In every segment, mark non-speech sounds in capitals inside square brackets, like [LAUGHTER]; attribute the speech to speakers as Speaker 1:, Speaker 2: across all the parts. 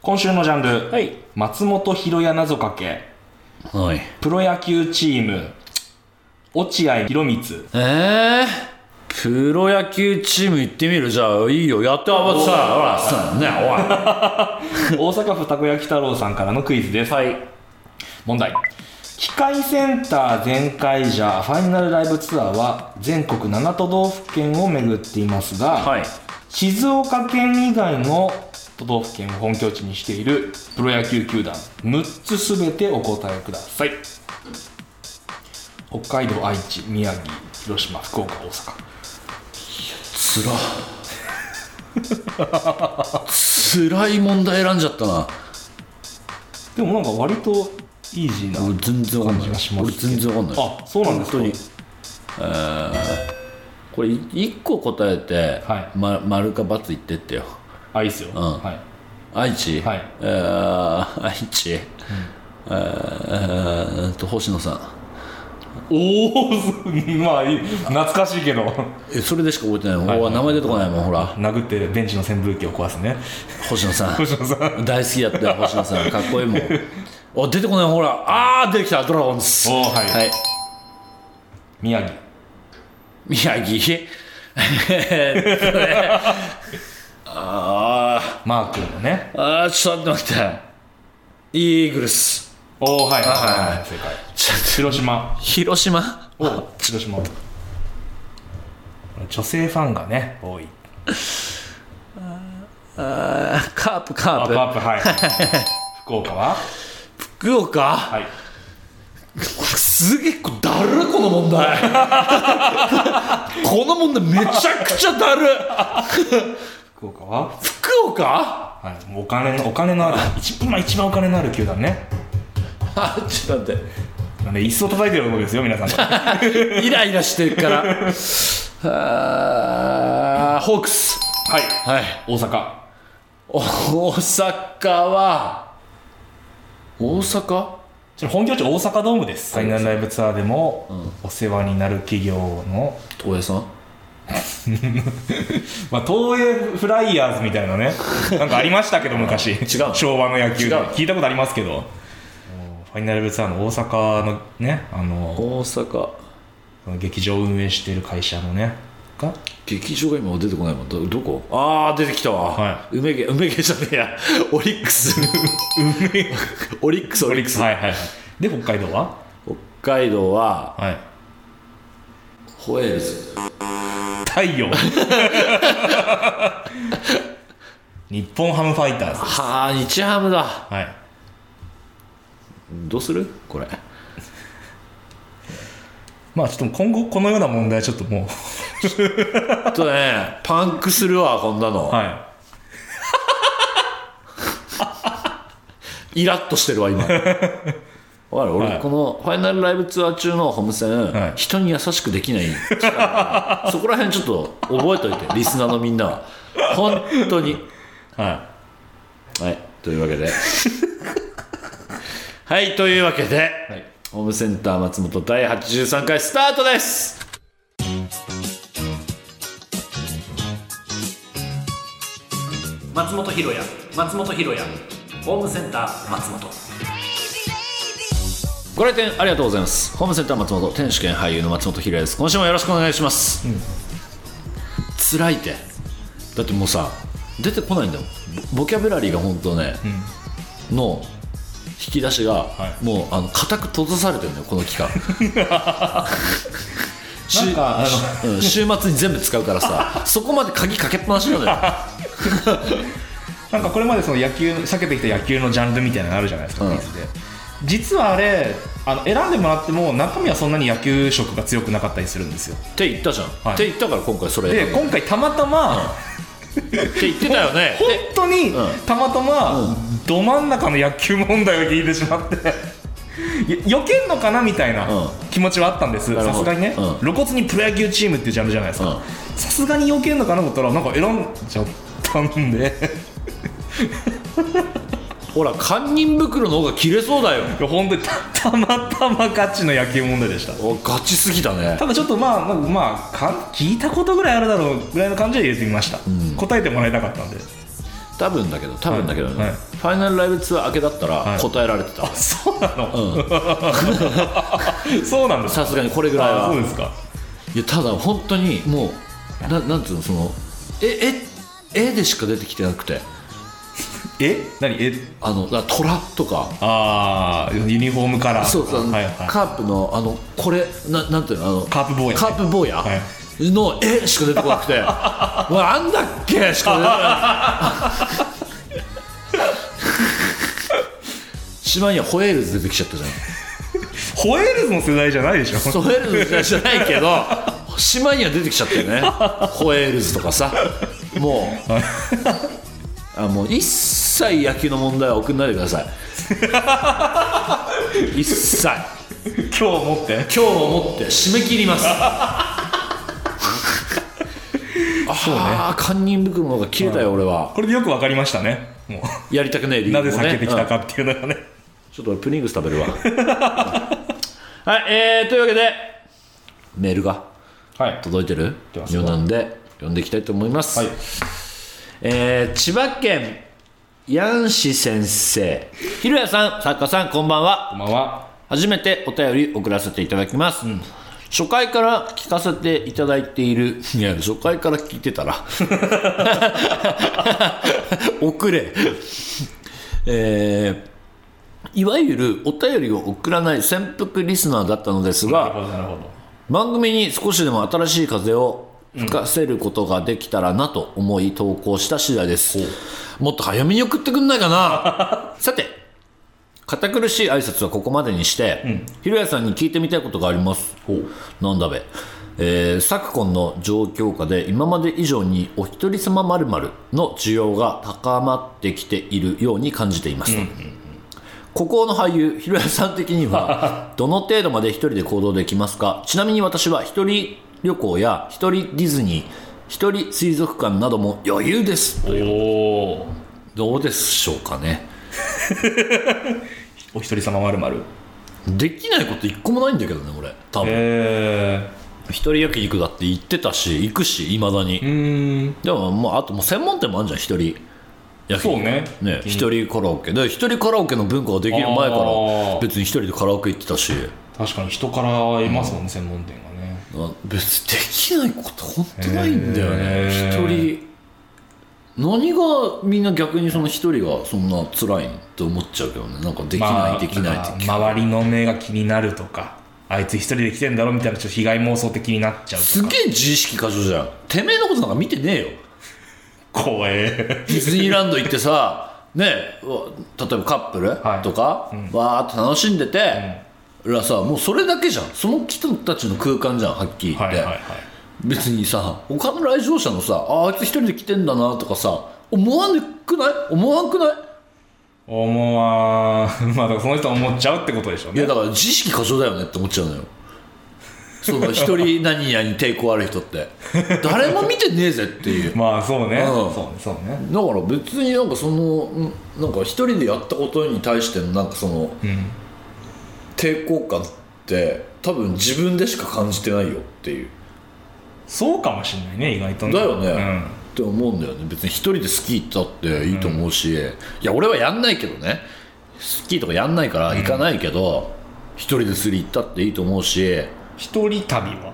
Speaker 1: 今週のジャンル、
Speaker 2: はい
Speaker 1: 松本博也謎かけ
Speaker 2: はい
Speaker 1: プロ野球チーム落合博光
Speaker 2: ええプロ野球チーム行ってみるじゃあいいよやってあばさほらさねおい
Speaker 1: 大阪府たこ焼き太郎さんからのクイズです、問題機械センター全開じゃファイナルライブツアーは全国7都道府県を巡っていますが、
Speaker 2: はい
Speaker 1: 静岡県以外の都道府県を本拠地にしているプロ野球球団6つすべてお答えください北海道愛知宮城広島福岡大阪
Speaker 2: つらつらい問題選んじゃったな
Speaker 1: でもなんか割とイージーな
Speaker 2: 俺全然わかんない
Speaker 1: 感じがします
Speaker 2: 俺全然わかんない
Speaker 1: あそうなんですか
Speaker 2: 本当にこれ1個答えて、
Speaker 1: はい
Speaker 2: ま、丸か×言ってってよ
Speaker 1: あいいっすよ、はい
Speaker 2: 愛知
Speaker 1: はい
Speaker 2: えー愛知、えーえーっと星野さん
Speaker 1: おおまあいい懐かしいけど
Speaker 2: えそれでしか覚えてないもん、
Speaker 1: いはい
Speaker 2: お名前出てこないもんほら
Speaker 1: 殴ってベンチの扇風機を壊すね
Speaker 2: 星野さん
Speaker 1: 星野さん
Speaker 2: 大好きだったよ星野さんかっこいいもんお出てこないほらああ出てきたドラゴンズ
Speaker 1: おーはい
Speaker 2: はい、
Speaker 1: 宮城
Speaker 2: 宮城えーっとねあ
Speaker 1: マー君のね
Speaker 2: ーあーちょっと待って待ってイーグルス
Speaker 1: おおはいはいはい、はい、正解
Speaker 2: ちょっと
Speaker 1: 広島
Speaker 2: 広島
Speaker 1: を広島を女性ファンがね多い
Speaker 2: あーカープ
Speaker 1: ア
Speaker 2: カ
Speaker 1: ップ
Speaker 2: ー
Speaker 1: アップ
Speaker 2: [LAUGHS]
Speaker 1: はい福岡は
Speaker 2: プ福岡、
Speaker 1: はい
Speaker 2: すげえこだるこの問題この問題めちゃくちゃだる
Speaker 1: 福岡は、
Speaker 2: 福岡
Speaker 1: はい、もうお金のお金のある一今一番お金のある球団ね
Speaker 2: あちょっと待っ
Speaker 1: なんで椅子を叩いてるわけですよ皆さんが
Speaker 2: てイライラしてるからあーホークス
Speaker 1: はい
Speaker 2: はい
Speaker 1: 大阪
Speaker 2: お大阪は大阪
Speaker 1: ちなみに本拠地大阪ドームですファイナルライブツアーでも、お世話になる企業の、
Speaker 2: 東映さん
Speaker 1: まあ、東映フライヤーズみたいな [LAUGHS] ねなんかありましたけど昔違
Speaker 2: う
Speaker 1: 昭和の野球で
Speaker 2: 違う
Speaker 1: 聞いたことありますけどファイナルライブツアーの大阪のねあの
Speaker 2: 大阪
Speaker 1: 劇場を運営している会社のねが
Speaker 2: 劇場が今出てこないもんどどこああ出てきたわ、
Speaker 1: は
Speaker 2: 梅毛梅毛じゃねえや [LAUGHS] オリックス [LAUGHS] オリックスオリックス
Speaker 1: はいはいはいで北海道は
Speaker 2: 北海道は
Speaker 1: はい
Speaker 2: ホエールズ
Speaker 1: 太 [LAUGHS] 陽日本ハムファイターズ
Speaker 2: はあ日ハムだ
Speaker 1: はい
Speaker 2: どうするこれ
Speaker 1: まあちょっと今後このような問題はちょっとも
Speaker 2: あとねパンクするわこんな [LAUGHS] の、
Speaker 1: うは
Speaker 2: イラッとしてる [LAUGHS] わ今わかる俺、
Speaker 1: はい
Speaker 2: このファイナルライブツアー中のホームセン、
Speaker 1: はい
Speaker 2: 人に優しくできない [LAUGHS] 力があるそこら辺ちょっと覚えといてリスナーのみんなは本当に
Speaker 1: いは
Speaker 2: はいというわけ [LAUGHS] ではいというわけで、
Speaker 1: い
Speaker 2: ホームセンター松本第83回スタートです
Speaker 3: 松本ひろや松本ひろやホームセンター松本
Speaker 2: ご来店ありがとうございますホームセンター松本天主兼俳優の松本ひ也です今週もよろしくお願いします、辛いってだってもうさ出てこないんだもんボボキャブラリーが本当ね、の引き出しが、
Speaker 1: い
Speaker 2: もうあの固く閉ざされてるんだよこの期
Speaker 1: [LAUGHS]
Speaker 2: 間週
Speaker 1: なんかあ
Speaker 2: うん週末に全部使うか
Speaker 1: [LAUGHS]
Speaker 2: らさそこまで鍵かけっぱなしなの
Speaker 1: い
Speaker 2: よ
Speaker 1: なんかこれまでその野球避けてきた野球のジャンルみたいなのあるじゃないですか、
Speaker 2: うん
Speaker 1: クイズで実はあれあの選んでもらっても中身はそんなに野球色が強くなかったりするんですよ
Speaker 2: って言ったじゃん、
Speaker 1: はい
Speaker 2: って言ったから今回それ
Speaker 1: で
Speaker 2: って
Speaker 1: 今回たまたま、
Speaker 2: 言ってたよね
Speaker 1: 本当に
Speaker 2: うん
Speaker 1: たまた
Speaker 2: う
Speaker 1: まど真ん中の野球問題を聞いてしまってよ避けんのかなみたいな
Speaker 2: うん
Speaker 1: 気持ちはあったんです
Speaker 2: なる
Speaker 1: さ
Speaker 2: ほ
Speaker 1: す
Speaker 2: ど
Speaker 1: がにね
Speaker 2: うん
Speaker 1: 露骨にプロ野球チームっていうジャンルじゃないです
Speaker 2: うん
Speaker 1: かさすがに避けんのかなと思ったらなんか選んじゃったんで
Speaker 2: ほら堪忍袋の方が切れそうだよ
Speaker 1: いや本当にたたまたまガチの野球問題でした
Speaker 2: おガチすぎだね
Speaker 1: ただちょっとまあまあまあか聞いたことぐらいあるだろうぐらいの感じで入れてみました答えてもらいたかったんで
Speaker 2: 多分だけど多分だけどね、
Speaker 1: はい
Speaker 2: ファイナルライブツアー明けだったら
Speaker 1: い
Speaker 2: 答えられてた、
Speaker 1: そうなの、そうなんですか
Speaker 2: さすがにこれぐらい
Speaker 1: あ
Speaker 2: は
Speaker 1: そうですか
Speaker 2: いやただ本当にもうななんつうのそのええ絵でしか出てきてなくて
Speaker 1: え何え
Speaker 2: あのだ虎とか
Speaker 1: ああユニフォームカラー
Speaker 2: そうそう、
Speaker 1: はいはい
Speaker 2: カープのあのこれななんていうのあの
Speaker 1: カープ坊や
Speaker 2: カープ坊や
Speaker 1: はい
Speaker 2: の絵しか出てこなく
Speaker 1: [LAUGHS]
Speaker 2: て「うわあんだっけ?」しか出てこない
Speaker 1: [LAUGHS]
Speaker 2: [LAUGHS] しまいにはホエールズ出てきちゃったじゃん
Speaker 1: ホエールズの世代じゃないでしょ
Speaker 2: そうホエールズの時代じゃないけどしまいには出てきちゃったよねホエールズとかさもうあもう一切野球の問題は送んないでください一切
Speaker 1: 今日持って
Speaker 2: 今日をもって締め切
Speaker 1: [LAUGHS]
Speaker 2: りますああ、堪忍袋の方が切れたよ俺は
Speaker 1: これでよく分かりましたねもう
Speaker 2: やりたくねえ理由も
Speaker 1: な
Speaker 2: ね
Speaker 1: ぜ避けてきた
Speaker 2: うん
Speaker 1: かっていうのがね、
Speaker 2: ちょっと俺プリングス食べるわはいえー、というわけでメールが
Speaker 1: はい
Speaker 2: 届いてる
Speaker 1: てますよ
Speaker 2: ようなんで読んでいきたいと思います、
Speaker 1: はい
Speaker 2: えー千葉県ヤンシ先生ひろやさん作家さんこんばんは
Speaker 1: こんばんは
Speaker 2: 初めてお便り送らせていただきます、初回から聞かせていただいているいや初回から聞いて
Speaker 1: [LAUGHS]
Speaker 2: たら遅れえーいわゆるお便りを送らない潜伏リスナーだったのです
Speaker 1: なる
Speaker 2: が
Speaker 1: ほどなるほど
Speaker 2: 番組に少しでも新しい風を吹かせることができたらなと思い投稿した次第です、もっと早めに送ってくんないかな [LAUGHS] さて堅苦しい挨拶はここまでにして、ひろやさんに聞いてみたいことがありますなんだべ、えー昨今の状況下で今まで以上にお一人様まるの需要が高まってきているように感じています、孤高の俳優ひろやさん的に [LAUGHS] はどの程度まで一人で行動できますかちなみに私は一人旅行や一人ディズニー一人水族館なども余裕です
Speaker 1: おお
Speaker 2: どうでしょうかね
Speaker 1: お一人様まるまる
Speaker 2: できないこと一個もないんだけどね俺多分
Speaker 1: え
Speaker 2: 一人焼肉だって行ってたし行くしいまだに
Speaker 1: ー、うーん
Speaker 2: でももうあともう専門店もあるじゃん一人焼
Speaker 1: そう
Speaker 2: 肉
Speaker 1: ね
Speaker 2: ね一人カラオケで一人カラオケの文化ができる前か
Speaker 1: あー
Speaker 2: ら別に一人でカラオケ行ってたし
Speaker 1: 確かに人からいますもんね、専門店がね
Speaker 2: あ別にできないこと本当ないんだよね
Speaker 1: へ
Speaker 2: 一
Speaker 1: ー
Speaker 2: 人何がみんな逆にその一人がそんな辛いんって思っちゃうけどねなんかできない、
Speaker 1: まあ
Speaker 2: できない
Speaker 1: ん
Speaker 2: って
Speaker 1: か周りの目が気になるとかあいつ一人で来てんだろみたいなちょっと被害妄想的になっちゃう
Speaker 2: す
Speaker 1: とか
Speaker 2: げえ自意識過剰じゃんてめえのことなんか見てねえよ
Speaker 1: [LAUGHS] 怖え
Speaker 2: ディズニーランド行ってさねえうわ例えばカップル
Speaker 1: はい
Speaker 2: とか、わーって楽しんでて、らさもうそれだけじゃんその人たちの空間じゃんはっきり言
Speaker 1: は
Speaker 2: っ
Speaker 1: い
Speaker 2: て、
Speaker 1: はいはい
Speaker 2: 別にさ他の来場者のさああいつ一人で来てんだなとかさ思わなくない思わんくない
Speaker 1: 思わんまあだからその人は思っちゃうってことでしょう
Speaker 2: いや
Speaker 1: ね
Speaker 2: だから自意識過剰だよねって思っちゃうのよその一人何々に抵抗ある人って誰も見てねえぜっていうだか
Speaker 1: まあそうね、
Speaker 2: うん
Speaker 1: そうねそうね
Speaker 2: ら別になんかそのんなんか一人でやったことに対してのなんかその、抵抗感って多分自分でしか感じてないよっていう
Speaker 1: そうかもしれないね意外とね
Speaker 2: だよね、って思うんだよね別に一人でスキー行ったっていいと思うし、いや俺はやんないけどねスキーとかやんないから行かないけど、一人で釣り行ったっていいと思うし
Speaker 1: うん一人旅は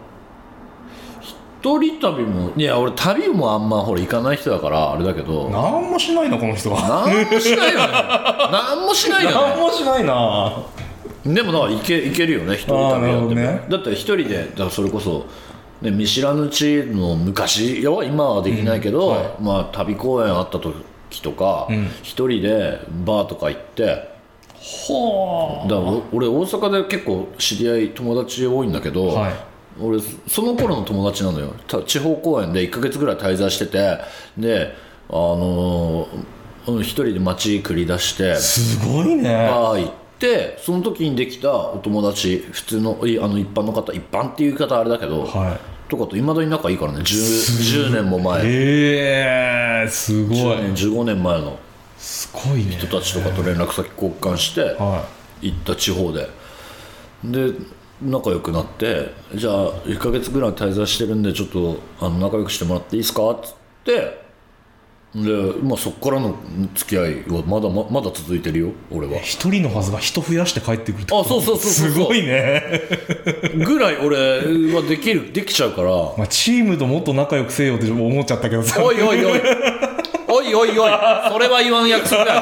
Speaker 2: 一人旅もいや俺旅もあんまほら行かない人だからあれだけど
Speaker 1: 何もしないなこの人は
Speaker 2: 何もしないよね何もしないよ [LAUGHS]
Speaker 1: 何
Speaker 2: ね
Speaker 1: もしないな
Speaker 2: でもなんか行け行けるよね一人
Speaker 1: あーな
Speaker 2: 旅
Speaker 1: る
Speaker 2: だ
Speaker 1: ほど
Speaker 2: って、
Speaker 1: ね
Speaker 2: だって一人でだからそれこそ、ね、見知らぬ地の昔よ今はできないけど、まあ、旅公演あった時とか
Speaker 1: ん
Speaker 2: 一、人でバーとか行って
Speaker 1: ほ
Speaker 2: だからお俺大阪で結構知り合い友達多いんだけど、
Speaker 1: はい
Speaker 2: 俺そその頃の友達なのよた地方公演で1ヶ月ぐらい滞在しててであのーうん一人で街繰り出して
Speaker 1: うすごいね
Speaker 2: バー行ってその時にできたお友達普通のいあの一般の方一般っていう言い方あれだけど、
Speaker 1: は
Speaker 2: とかといまだに仲いいからね 10, 10年も
Speaker 1: い
Speaker 2: 前
Speaker 1: へえすごい
Speaker 2: 10年15年前の
Speaker 1: すごいね
Speaker 2: 人たちとかと連絡先交換して、
Speaker 1: は
Speaker 2: 行った地方でで仲良くなってじゃあ1ヶ月ぐらい滞在してるんでちょっとあの仲良くしてもらっていいですかっつってで、まあ、そこからの付き合いはまだままだ続いてるよ俺は
Speaker 1: 一人のはずが人増やして帰ってくるって
Speaker 2: あそうそうそうそう
Speaker 1: すごいね [LAUGHS]
Speaker 2: ぐらい俺はできるできちゃうからお
Speaker 1: まあチームともっと仲良くせよって思っちゃったけどさ
Speaker 2: いおいおいおいおいおいそれは言わん約束だよ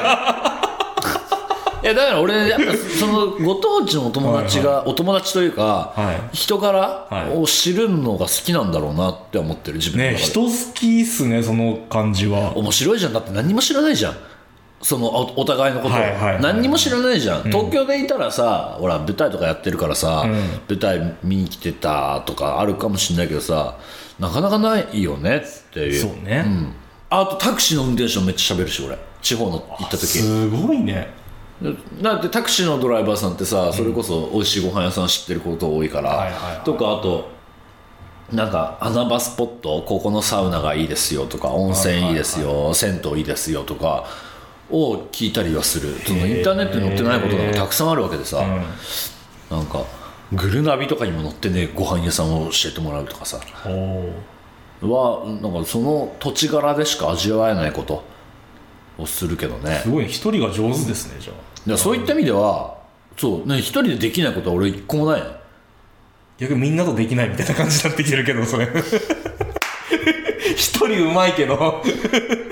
Speaker 2: いやだから俺やっぱそのご当地のお友達が、お友達というか、
Speaker 1: は
Speaker 2: 人柄
Speaker 1: はい
Speaker 2: を知るのが好きなんだろうなって思ってる自分の中
Speaker 1: ね
Speaker 2: で
Speaker 1: 人好きっすねその感じは
Speaker 2: 面白いじゃんだって何も知らないじゃんそのおお互いのことを、
Speaker 1: はいはいはい
Speaker 2: 何にも知らないじゃん、東京でいたらさほら舞台とかやってるからさ、
Speaker 1: ん
Speaker 2: 舞台見に来てたとかあるかもしれないけどさなかなかないよねっていう
Speaker 1: そうね、
Speaker 2: うんあとタクシーの運転手もめっちゃ喋るし俺地方の行った時
Speaker 1: すごいね
Speaker 2: だってタクシーのドライバーさんってさそれこそ美味しいご飯屋さん知ってること多いから、
Speaker 1: はいはいはい
Speaker 2: とかあとなんか穴場スポットここのサウナがいいですよとか温泉いいですよ、銭湯いいですよとかを聞いたりはするそのインターネットに載ってないことがたくさんあるわけでさ、なんかグルナビとかにも載ってねご飯屋さんを教えてもらうとかさ
Speaker 1: おー
Speaker 2: はなんかその土地柄でしか味わえないことをするけどね
Speaker 1: すごいね一人が上手ですねじゃあ
Speaker 2: だからそういった意味ではそうね一人でできないことは俺一個もないの
Speaker 1: 逆にみんなとできないみたいな感じになってきてるけどそれ [LAUGHS] 一人うまいけど
Speaker 2: あ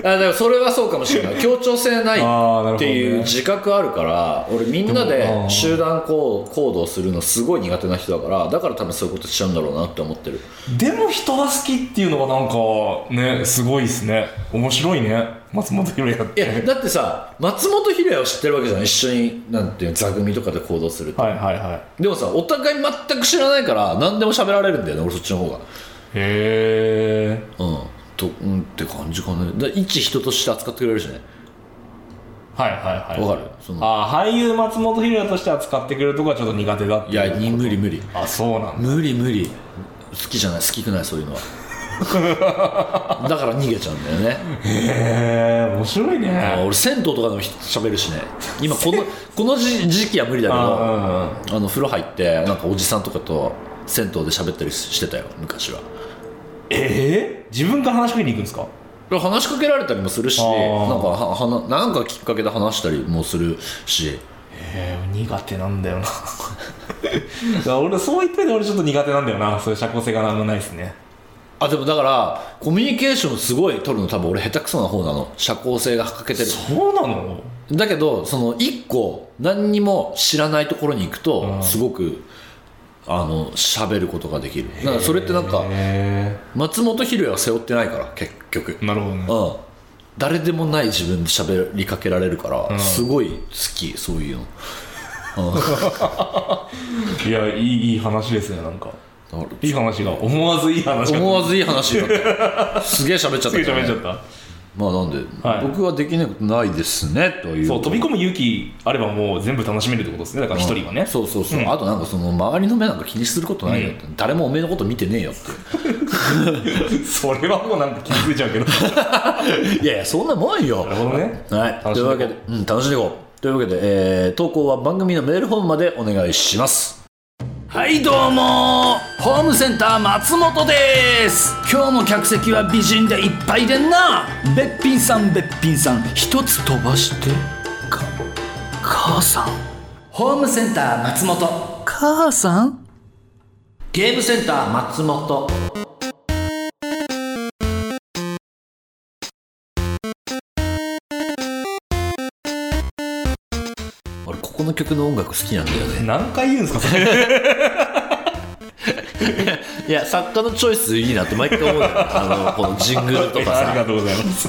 Speaker 2: だからそれはそうかもし [LAUGHS] れない協調性ない
Speaker 1: あーなるほどね
Speaker 2: っていう自覚あるから俺みんなで集団行行動するのすごい苦手な人だからだから多分そういうことしちゃうんだろうなって思ってる
Speaker 1: でも人が好きっていうのがなんかねすごいですね面白いね松本ひろやっ
Speaker 2: い
Speaker 1: て
Speaker 2: やだってさ松本ひろを知ってるわけじゃん一緒になんていうの座組とかで行動するって
Speaker 1: はいはいはい
Speaker 2: でもさお互い全く知らないから何でも喋られるんだよね俺そっちの方が
Speaker 1: へえ
Speaker 2: うんとうんって感じかねだから一人として扱ってくれるしね
Speaker 1: はいはいはい
Speaker 2: わかるその
Speaker 1: ああ俳優松本ひろやとして扱ってくれるとこはちょっと苦手だって
Speaker 2: いやに無理無理
Speaker 1: あそうなんだ
Speaker 2: 無理無理好きじゃない好きくないそういう
Speaker 1: [LAUGHS]
Speaker 2: のはだから逃げちゃうんだよね
Speaker 1: へえ面白い
Speaker 2: あ
Speaker 1: ね
Speaker 2: 俺銭湯とかでもひ喋るしね今
Speaker 1: [LAUGHS]
Speaker 2: このこの時時期は無理だけど
Speaker 1: あ
Speaker 2: あの風呂入ってなんかおじさんとかと銭湯で喋ったりしてたよ昔は
Speaker 1: ええ自分から話しかけに行くんですか
Speaker 2: 話しかけられたりもするし
Speaker 1: あ
Speaker 2: なん
Speaker 1: ー
Speaker 2: かははななんかきっかけで話したりもするし
Speaker 1: ええ苦手なんだ [LAUGHS] よなだから俺そう言ってで俺ちょっと苦手なんだよなそういう社交性がなんもないですね
Speaker 2: あでもだからコミュニケーションすごい取るの多分俺下手くそな方なの社交性が欠けてる
Speaker 1: そうなの
Speaker 2: だけどその一個何にも知らないところに行く
Speaker 1: う
Speaker 2: と
Speaker 1: ん
Speaker 2: すごくあの喋ることができるだからそれってなんか
Speaker 1: へ
Speaker 2: 松本ひろやは背負ってないから結局
Speaker 1: えなるほどね
Speaker 2: うん誰でもない自分で喋りかけられるから、すごい好きそういうの
Speaker 1: いやいいいい話ですねなんか
Speaker 2: だから
Speaker 1: いい話が思わずいい話が
Speaker 2: 思わずいい話だっ
Speaker 1: [LAUGHS]
Speaker 2: たすげえ喋っちゃった
Speaker 1: す
Speaker 2: ね、
Speaker 1: ぐ喋っちゃった
Speaker 2: まあなんで、
Speaker 1: はい
Speaker 2: 僕はできないことないですねという
Speaker 1: そう飛び込む勇気あればもう全部楽しめるってことですねだから一人はね、
Speaker 2: そうそうそう、あとなんかその周りの目なんか気にすることないよって、誰もおめえのこと見てねえよっ
Speaker 1: [LAUGHS]
Speaker 2: て
Speaker 1: それはもうなんか気づいちゃうけどない
Speaker 2: やいやそんなもんよ
Speaker 1: るほどね
Speaker 2: [LAUGHS] はい、
Speaker 1: 楽
Speaker 2: と
Speaker 1: し
Speaker 2: い
Speaker 1: ん
Speaker 2: う
Speaker 1: で
Speaker 2: わ
Speaker 1: いこう
Speaker 2: けで、うん、楽しんでいこう。というわけで、えー投稿は番組のメールフォームまでお願いします。はい、どうもホームセンター松本です今日も客席は美人でいっぱいでんなべっぴんさんべっぴんさん、一つ飛ばして。か、母さん。
Speaker 3: ホームセンター松本
Speaker 2: 母さん
Speaker 3: ゲームセンター松本
Speaker 2: 俺、ここの曲の音楽好きなんだよね。
Speaker 1: 何回言うんですかそれ
Speaker 2: いや、作家のチョイスいいなって毎回思うよ。 [LAUGHS] あの、このジングルとか
Speaker 1: あ
Speaker 2: さ
Speaker 1: り。がとうございます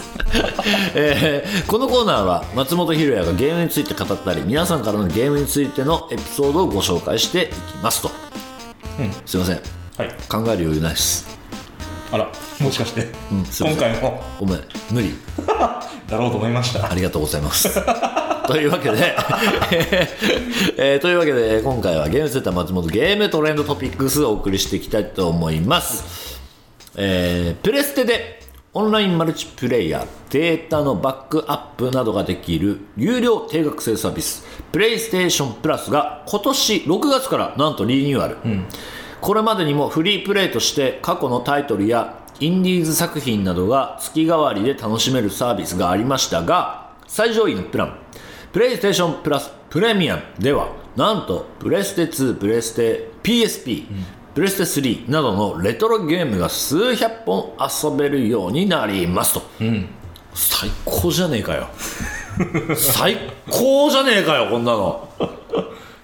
Speaker 2: えーこのコーナーは松本ひろやがゲームについて語ったり皆さんからのゲームについてのエピソードをご紹介していきますと、
Speaker 1: うん
Speaker 2: すいません
Speaker 1: はい
Speaker 2: 考える余裕ないです、
Speaker 1: あらもしかして、
Speaker 2: うん、すいません
Speaker 1: 今回も
Speaker 2: ごめん無理
Speaker 1: だろうと思いました
Speaker 2: ありがとうございますというわけで、 [LAUGHS] えーというわけで今回はゲームセンター松本ゲームトレンドトピックスをお送りしていきたいと思います、えープレステでオンラインマルチプレイやデータのバックアップなどができる有料定額制サービスプレイステーションプラスが今年6月からなんとリニューアル、これまでにもフリープレイとして過去のタイトルやインディーズ作品などが月替わりで楽しめるサービスがありましたが最上位のプランプレイステーションプラスプレミアムではなんとプレステ2プレステ PSP、プレステ3などのレトロゲームが数百本遊べるようになりますと、最高じゃねえかよ [LAUGHS] 最高じゃねえかよこんなの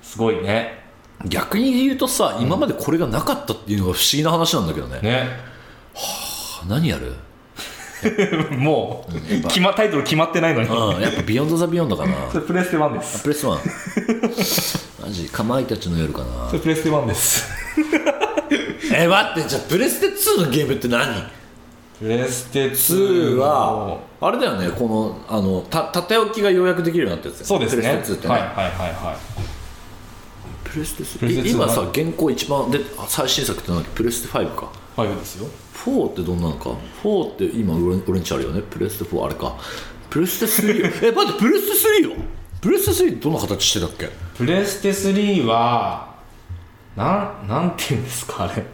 Speaker 1: すごいね
Speaker 2: 逆に言うとさ今までこれがなかったっていうのが不思議な話なんだけどね
Speaker 1: ね [LAUGHS]
Speaker 2: 何やる
Speaker 1: もう、決まタイトル決まってないのに、
Speaker 2: うん、やっぱ「ビヨンド・ザ・ビヨンド」か [LAUGHS] な
Speaker 1: それプレステ1です
Speaker 2: プレスワンマジかまいたちの夜かな
Speaker 1: それプレステ1です
Speaker 2: [LAUGHS] え待ってじゃあプレステ2のゲームって何
Speaker 1: プレステ2
Speaker 2: 2は
Speaker 1: は
Speaker 2: あれだよねこのあのた縦置きがようやくできるようになったやつだよ
Speaker 1: そうですね
Speaker 2: プレステ2ってね、
Speaker 1: はいはいはいはい
Speaker 2: プレステ2
Speaker 1: プレステ2
Speaker 2: い今さ
Speaker 1: は
Speaker 2: 現行一番であ最新作って何プレステ5か
Speaker 1: ファイブですよ
Speaker 2: 4ってどんなのか4って今俺俺んちあるよねプレステ4あれかプレステ3よ [LAUGHS] え待ってプレステ3よプレステ3どんな形してたっけ
Speaker 1: プレステ3はなんなんていうんですかあれ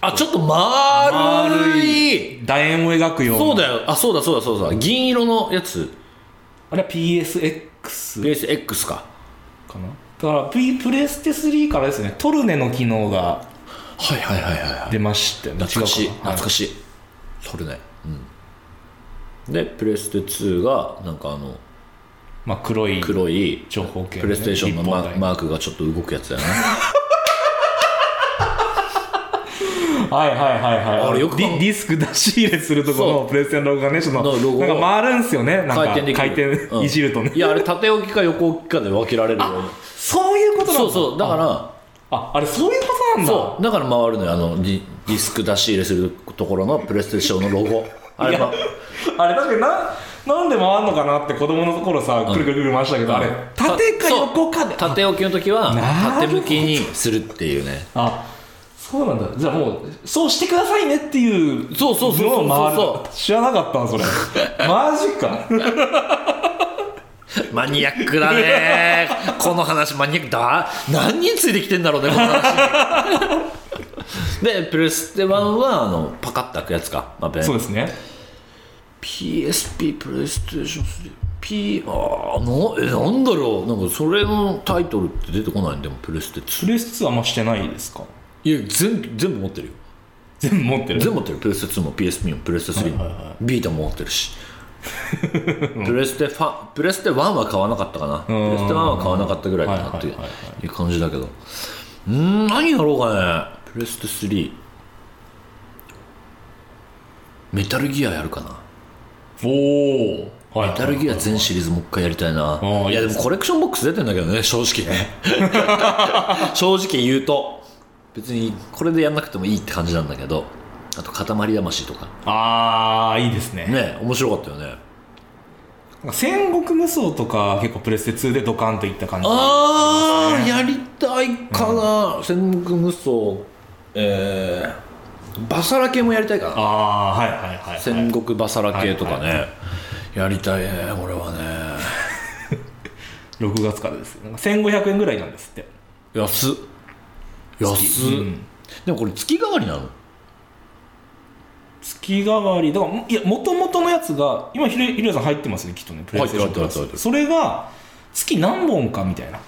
Speaker 2: あちょっと丸い
Speaker 1: 楕円を描くような
Speaker 2: そうだよあそうだそうだそうだ銀色のやつ
Speaker 1: あれは PSX
Speaker 2: PSX か
Speaker 1: かなだから、P、プレステ3からですねトルネの機能が
Speaker 2: はいはいはいはい、はい、
Speaker 1: 出ましたよね
Speaker 2: 懐かし
Speaker 1: 違
Speaker 2: い
Speaker 1: うな
Speaker 2: 懐かしい、それねうんでプレステ2がなんかあの
Speaker 1: まあ、黒い
Speaker 2: 黒い
Speaker 1: 長方形のね
Speaker 2: プレイステーションの
Speaker 1: 立
Speaker 2: マ
Speaker 1: 方体
Speaker 2: マークがちょっと動くやつ [LAUGHS] だよね
Speaker 1: はいはいはいはい
Speaker 2: あれよく考
Speaker 1: デ
Speaker 2: え
Speaker 1: ィディスク出し入れするとこ
Speaker 2: そ
Speaker 1: のプレステのロゴがねその
Speaker 2: のロゴ
Speaker 1: なんか回るんすよねなんか
Speaker 2: 回転できるうん
Speaker 1: いじるとね、
Speaker 2: いやあれ縦置きか横置きかで分けられるように
Speaker 1: そういうことなんだ
Speaker 2: そうそうだから
Speaker 1: ああれそういうことなんだ
Speaker 2: そうだから回るのよあのディディスク出し入れするところのプレイステーションのロゴあれま
Speaker 1: [LAUGHS] あれ確かにななんで回んのかなって子供の頃さくるくるくる回したけど、あれ縦か
Speaker 2: そう
Speaker 1: 横かで
Speaker 2: 縦置きの時は
Speaker 1: なる
Speaker 2: 縦
Speaker 1: ほど
Speaker 2: 向きにするっていうね
Speaker 1: あそうなんだじゃあもうそうしてくださいねっていう
Speaker 2: そうそうそうそうそう
Speaker 1: のを回る知らなかったわそ
Speaker 2: [LAUGHS]
Speaker 1: れマジか
Speaker 2: マニアックだ [LAUGHS] ねこの話マニアックだ何人ついてきてんだろうねこの話でプレステ1はあのパカッと開くやつか、まあ、ペン
Speaker 1: そうですね
Speaker 2: PSP プレイステーション 3P あーなえなんだろうなんかそれのタイトルって出てこないんでもプレステ
Speaker 1: プ
Speaker 2: 2
Speaker 1: レステ2はあんましてないですか
Speaker 2: いや全全部持ってるよ
Speaker 1: 全部持ってる
Speaker 2: 全部持ってるプレステ2も PSP もプレステ3も、ビータも持ってるしプレステファプレステ1は買わなかったかなプレステ1は買わなかったぐらいかなっていう
Speaker 1: はいはいは
Speaker 2: いう感じだけどうーん何やろうかねプレステ3メタルギアやるかな
Speaker 1: おおはい
Speaker 2: メタルギア全シリーズもう一回やりたいな
Speaker 1: ー
Speaker 2: いや
Speaker 1: いいで
Speaker 2: でも
Speaker 1: す
Speaker 2: コレクションボックス出てんだけどね正直ね [LAUGHS] 正直言うと別にこれでやんなくてもいいって感じなんだけどあと塊魂とか
Speaker 1: ああいいですね
Speaker 2: ね面白かったよね
Speaker 1: 戦国無双とか結構プレステ2でドカンといった感じ
Speaker 2: ああやりたいかな、戦国無双えー、バサラ系もやりたいかな
Speaker 1: あーはいはいはい、はい、
Speaker 2: 戦国バサラ系とかね、
Speaker 1: はい
Speaker 2: やりたいねこれはね
Speaker 1: 6月からですよなんか1500円ぐらいなんですって
Speaker 2: 安っ安っ、
Speaker 1: うん
Speaker 2: でもこれ月替わりなの
Speaker 1: 月替わりだからいや元々のやつが今ひろひろやさん入ってますねきっとねプレイステーションプラス
Speaker 2: 入ってる入ってる入ってる
Speaker 1: それが月何本かみたいな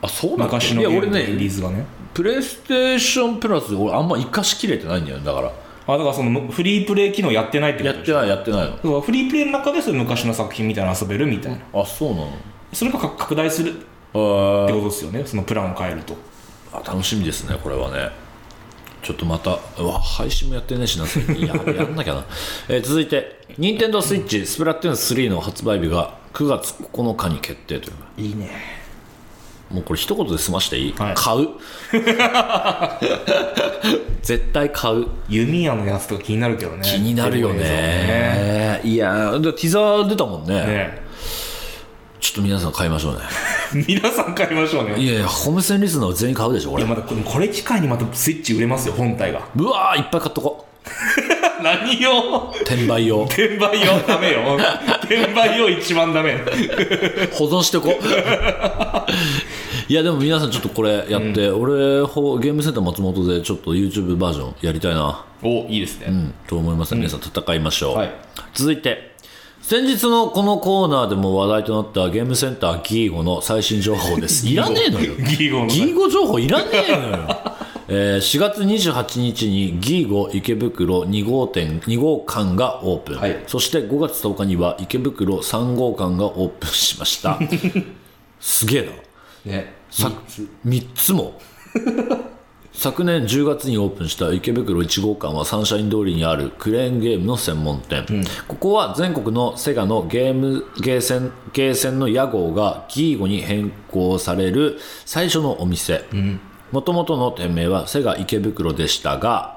Speaker 2: あそうなんだ
Speaker 1: 昔の
Speaker 2: い
Speaker 1: ゲー
Speaker 2: や俺
Speaker 1: ムのリリー
Speaker 2: ね
Speaker 1: ズがね
Speaker 2: プレイステーションプラス俺あんま生かしきれてないんだよねだから
Speaker 1: あだからそのフリープレイ機能やってないってこ
Speaker 2: や
Speaker 1: と
Speaker 2: っ
Speaker 1: で
Speaker 2: て
Speaker 1: しょ
Speaker 2: ないやってないの
Speaker 1: だからフリープレイの中でその昔の作品みたいなの遊べるみたいな
Speaker 2: あそうなの
Speaker 1: それが拡拡大するって
Speaker 2: あ
Speaker 1: ことですよねそのプランを変えると
Speaker 2: あ楽しみですねこれはねちょっとまたうわ配信もやってねえしな最近ややんなきゃな、 [LAUGHS] えー続いて任天堂スイッチスプラトゥーン3の発売日が9月9日に決定という
Speaker 1: いいね
Speaker 2: もうこれ一言で済ましていい、
Speaker 1: はい
Speaker 2: 買う [LAUGHS] 絶対買う
Speaker 1: 弓矢のやつとか気になるけどね
Speaker 2: 気になるよね
Speaker 1: ね
Speaker 2: いやーでティザー出たもんね
Speaker 1: ね
Speaker 2: ちょっと皆さん買いましょうね
Speaker 1: 皆さん買いましょうね
Speaker 2: いやいやホームセンリスナーは全員買うでしょこ
Speaker 1: い
Speaker 2: れ
Speaker 1: やまだこれこれ機会にまたスイッチ売れますよ本体が
Speaker 2: うわーいっぱい買っとこう
Speaker 1: [LAUGHS] 何用
Speaker 2: 転売用
Speaker 1: 転売用ダメよ転売用一番ダメ
Speaker 2: 保存してこいやでも皆さんちょっとこれやって、俺ほゲームセンター松本でちょっと YouTube バージョンやりたいな、
Speaker 1: おいいですね、
Speaker 2: うん、と思います、皆さん戦いましょう、
Speaker 1: はい
Speaker 2: 続いて先日のこのコーナーでも話題となったゲームセンターギーゴの最新情報ですいらねえのよ
Speaker 1: [LAUGHS] ギーゴの
Speaker 2: ギーゴ情報いらねえのよえー4月28日にギーゴ池袋2号店2号館がオープン、
Speaker 1: はい
Speaker 2: そして5月10日には池袋3号館がオープンしました
Speaker 1: [LAUGHS]
Speaker 2: すげえな
Speaker 1: ね
Speaker 2: さ3つも [LAUGHS] 昨年10月にオープンした池袋1号館はサンシャイン通りにあるクレーンゲームの専門店、ここは全国のセガのゲームゲーセンゲーセンの屋号がギーゴに変更される最初のお店もともとの店名はセガ池袋でしたが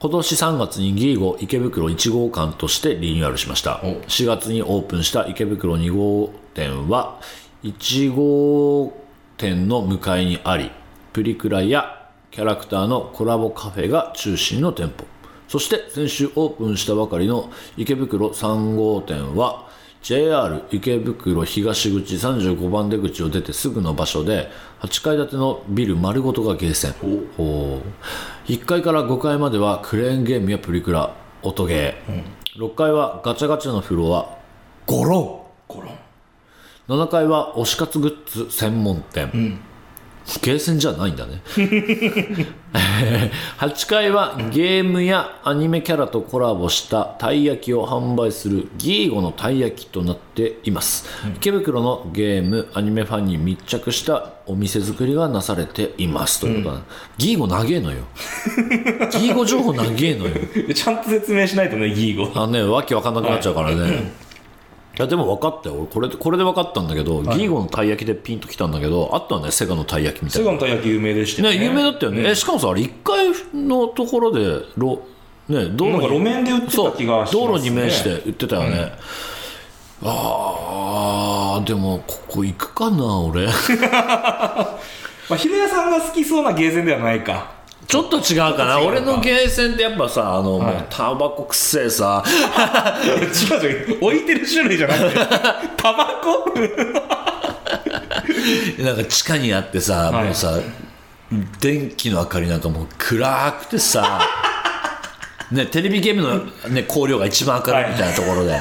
Speaker 2: 今年3月にギーゴ池袋1号館としてリニューアルしました
Speaker 1: お
Speaker 2: 4月にオープンした池袋2号店は1号店の向かいにありプリクラやキャラクターのコラボカフェが中心の店舗そして先週オープンしたばかりの池袋3号店は JR 池袋東口35番出口を出てすぐの場所で8階建てのビル丸ごとがゲーセンほう1階から5階まではクレーンゲームやプリクラ音ゲー、6階はガチャガチャのフロアゴロ
Speaker 1: コロン
Speaker 2: ン7階は推し活グッズ専門店、ゲーセンじゃないんだね [LAUGHS] 8階はゲームやアニメキャラとコラボしたたい焼きを販売するギーゴのたい焼きとなっています、池袋のゲームアニメファンに密着したお店作りがなされていますということだ、ギーゴ長えのよギーゴ情報長えのよ
Speaker 1: でちゃんと説明しないとねギーゴ
Speaker 2: あのねわけわかんなくなっちゃうからね、いやでも分かったよ俺これでこれで分かったんだけど、ギーゴのたい焼きでピンときたんだけどあったねセガのたい焼きみ
Speaker 1: セ
Speaker 2: たいな
Speaker 1: ガのたい焼き有名でして
Speaker 2: ね、有名だったよね、えしかもさあれ1階のところでろ、ね、道
Speaker 1: なんか
Speaker 2: 路
Speaker 1: 路
Speaker 2: に
Speaker 1: 面で売って
Speaker 2: そ
Speaker 1: た
Speaker 2: う
Speaker 1: 気がします、ね、
Speaker 2: 道路に面して売ってたよね、あーでもここ行くかな
Speaker 1: [LAUGHS]
Speaker 2: 俺
Speaker 1: まあ、ヒロヤさんが好きそうなゲーセンではないか
Speaker 2: ちょっと違うかな
Speaker 1: ちょっと違うか
Speaker 2: 俺のゲーセンってやっぱさあの、もうタバコくせえさ
Speaker 1: 違う違う置いてる種類じゃな [LAUGHS] くてタバコ
Speaker 2: なんか地下にあってさ、
Speaker 1: はい
Speaker 2: もうさ電気の明かりなんかもう暗くてさ
Speaker 1: [LAUGHS]
Speaker 2: ね、テレビゲームの、ね、光量が一番明るいみたいなところで、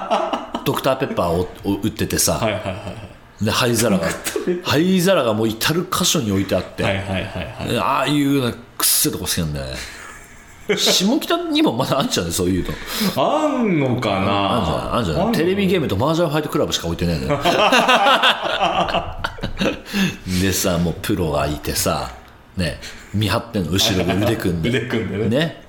Speaker 1: [LAUGHS]
Speaker 2: ドクターペッパーをを売っててさ、
Speaker 1: はいはいは
Speaker 2: で灰皿が灰皿がもう至る箇所に置いてあって、
Speaker 1: いはいはいはいはい
Speaker 2: でああいうようなくっせえとこ好きなんだよ
Speaker 1: [LAUGHS]
Speaker 2: ね下北にもまだあんじゃんねそういうの
Speaker 1: あんのか
Speaker 2: あんじゃ
Speaker 1: なん
Speaker 2: あんじゃんテレビゲームとマージャンファイトクラブしか置いてないのよ [LAUGHS] でさもうプロがいてさね見張ってんの後ろで腕組んで
Speaker 1: 腕組んでね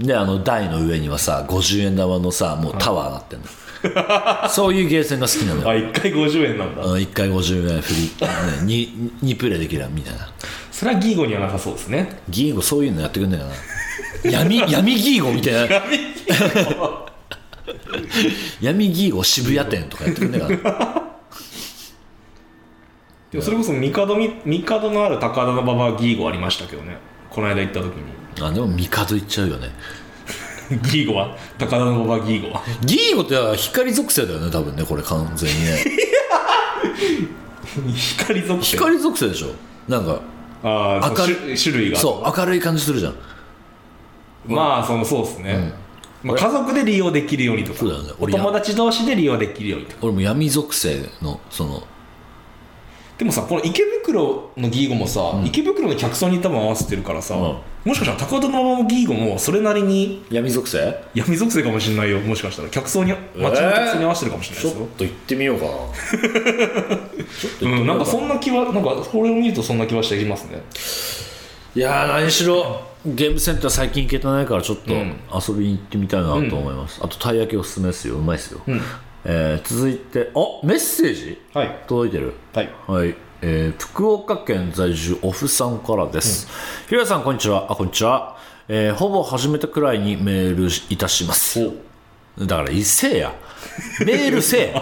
Speaker 2: であの台の上にはさ50円玉のさもうタワーなってんのそういうゲーセンが好きなのよ
Speaker 1: あ1回50円なんだ
Speaker 2: うん1回50円フリー、ね、2, 2プレイできるみたいな
Speaker 1: それはギーゴにはなさそうですね
Speaker 2: ギーゴそういうのやってくんないかな闇闇ギーゴみたいな [LAUGHS] 闇ギーゴ渋谷店とかやってくんないかな
Speaker 1: でもそれこそ帝み帝のある高田の馬場ギーゴありましたけどねこの間行った時に
Speaker 2: [LAUGHS] あでも帝行っちゃうよね
Speaker 1: ギーゴは高田の馬場ギーゴは
Speaker 2: ギーゴってだから光属性だよね多分ねこれ完全に [LAUGHS] ね
Speaker 1: 光属性
Speaker 2: 光属性でしょなんか
Speaker 1: ああ
Speaker 2: 明る
Speaker 1: 種種類が
Speaker 2: そう明るい感じするじゃん
Speaker 1: まあそのそうですね、まあ、家族で利用できるようにとか
Speaker 2: そうだよね
Speaker 1: お
Speaker 2: 俺や
Speaker 1: 友達同士で利用できるようにとか
Speaker 2: 俺も闇属性のその
Speaker 1: でもさこの池袋のギーゴもさ、池袋の客層に多分合わせてるからさ、
Speaker 2: ん
Speaker 1: もしかしたら高田馬場ギーゴもそれなりに
Speaker 2: 闇属性
Speaker 1: 闇属性かもしれないよもしかしたら客層に街の客層に合わせてるかもしれないですよ、
Speaker 2: と行ってみようかなちょっと
Speaker 1: うん、なんかそんな気はなんかこれを見るとそんな気はしてきますね
Speaker 2: いやー何しろゲームセンター最近行けてないからちょっと
Speaker 1: うん
Speaker 2: 遊びに行ってみたいなと思います、あとたい焼きおすすめですようまいですよ、えー続いてあメッセージ
Speaker 1: はい
Speaker 2: 届いてる
Speaker 1: はい
Speaker 2: はい、えー福岡県在住おふさんからです、ひろやさんこんにちはあこんにちは、えーほぼ始めたくらいにメールいたしますだからいせえやメールせえ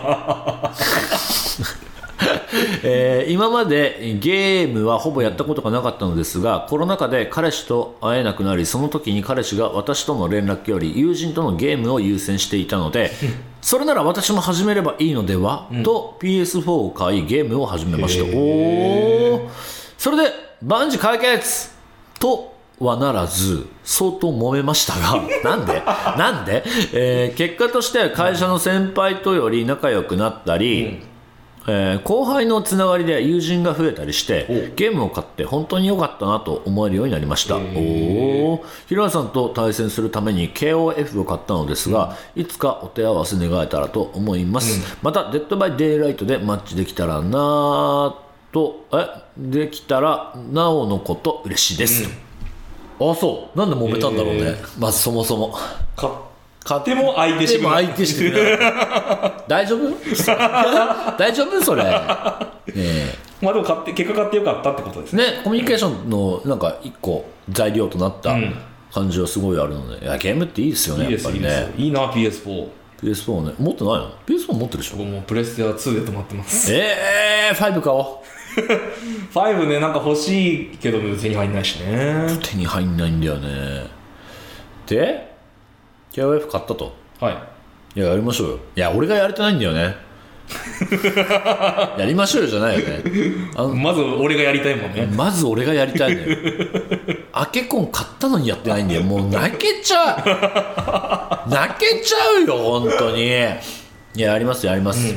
Speaker 2: えー今までゲームはほぼやったことがなかったのですがコロナ禍で彼氏と会えなくなりその時に彼氏が私との連絡より友人とのゲームを優先していたのでそれなら私も始めればいいのでは、と PS4 を買いゲームを始めましたおーそれで万事解決とはならず相当揉めましたが [LAUGHS] なんでなんで、えー結果として会社の先輩とより仲良くなったり、えー後輩のつながりで友人が増えたりしてゲームを買って本当に良かったなと思えるようになりましたおおひろやさんと対戦するために KOF を買ったのですが、いつかお手合わせ願えたらと思います、また「デッド・バイ・デイ・ライト」でマッチできたらなぁとえできたらなおのこと嬉しいです、あそうなんで揉めたんだろうね、
Speaker 1: へ
Speaker 2: まずそもそも
Speaker 1: 買っても相手して
Speaker 2: でも相手してくれ [LAUGHS] なかった大丈夫 [LAUGHS] 大丈夫それねえ
Speaker 1: まあでも買って結果買ってよかったってことですね
Speaker 2: ね、コミュニケーションのなんか一個材料となった
Speaker 1: ん
Speaker 2: 感じはすごいあるので、いやゲームっていいですよ
Speaker 1: い
Speaker 2: ね
Speaker 1: いで
Speaker 2: やっぱ
Speaker 1: すい
Speaker 2: り
Speaker 1: いです
Speaker 2: ね
Speaker 1: いいな PS4
Speaker 2: PS4 ね持ってないの PS4 持ってるでしょ
Speaker 1: 僕もうプレステは2で止まってます
Speaker 2: ええー、5買おう
Speaker 1: 5ねなんか欲しいけど別に入んないしね
Speaker 2: 手に入んないんだよねで KOF 買ったと
Speaker 1: はい
Speaker 2: ややりましょうよいや俺がやれてないんだ
Speaker 1: [LAUGHS]
Speaker 2: よねやりましょうよじゃないよねあ
Speaker 1: い
Speaker 2: の
Speaker 1: まず俺がやりたいもんね
Speaker 2: [LAUGHS] まず俺がやりたいのよアケコン買ったのにやってないんだよもう泣けちゃう泣けちゃうよ本当にいややりますやります、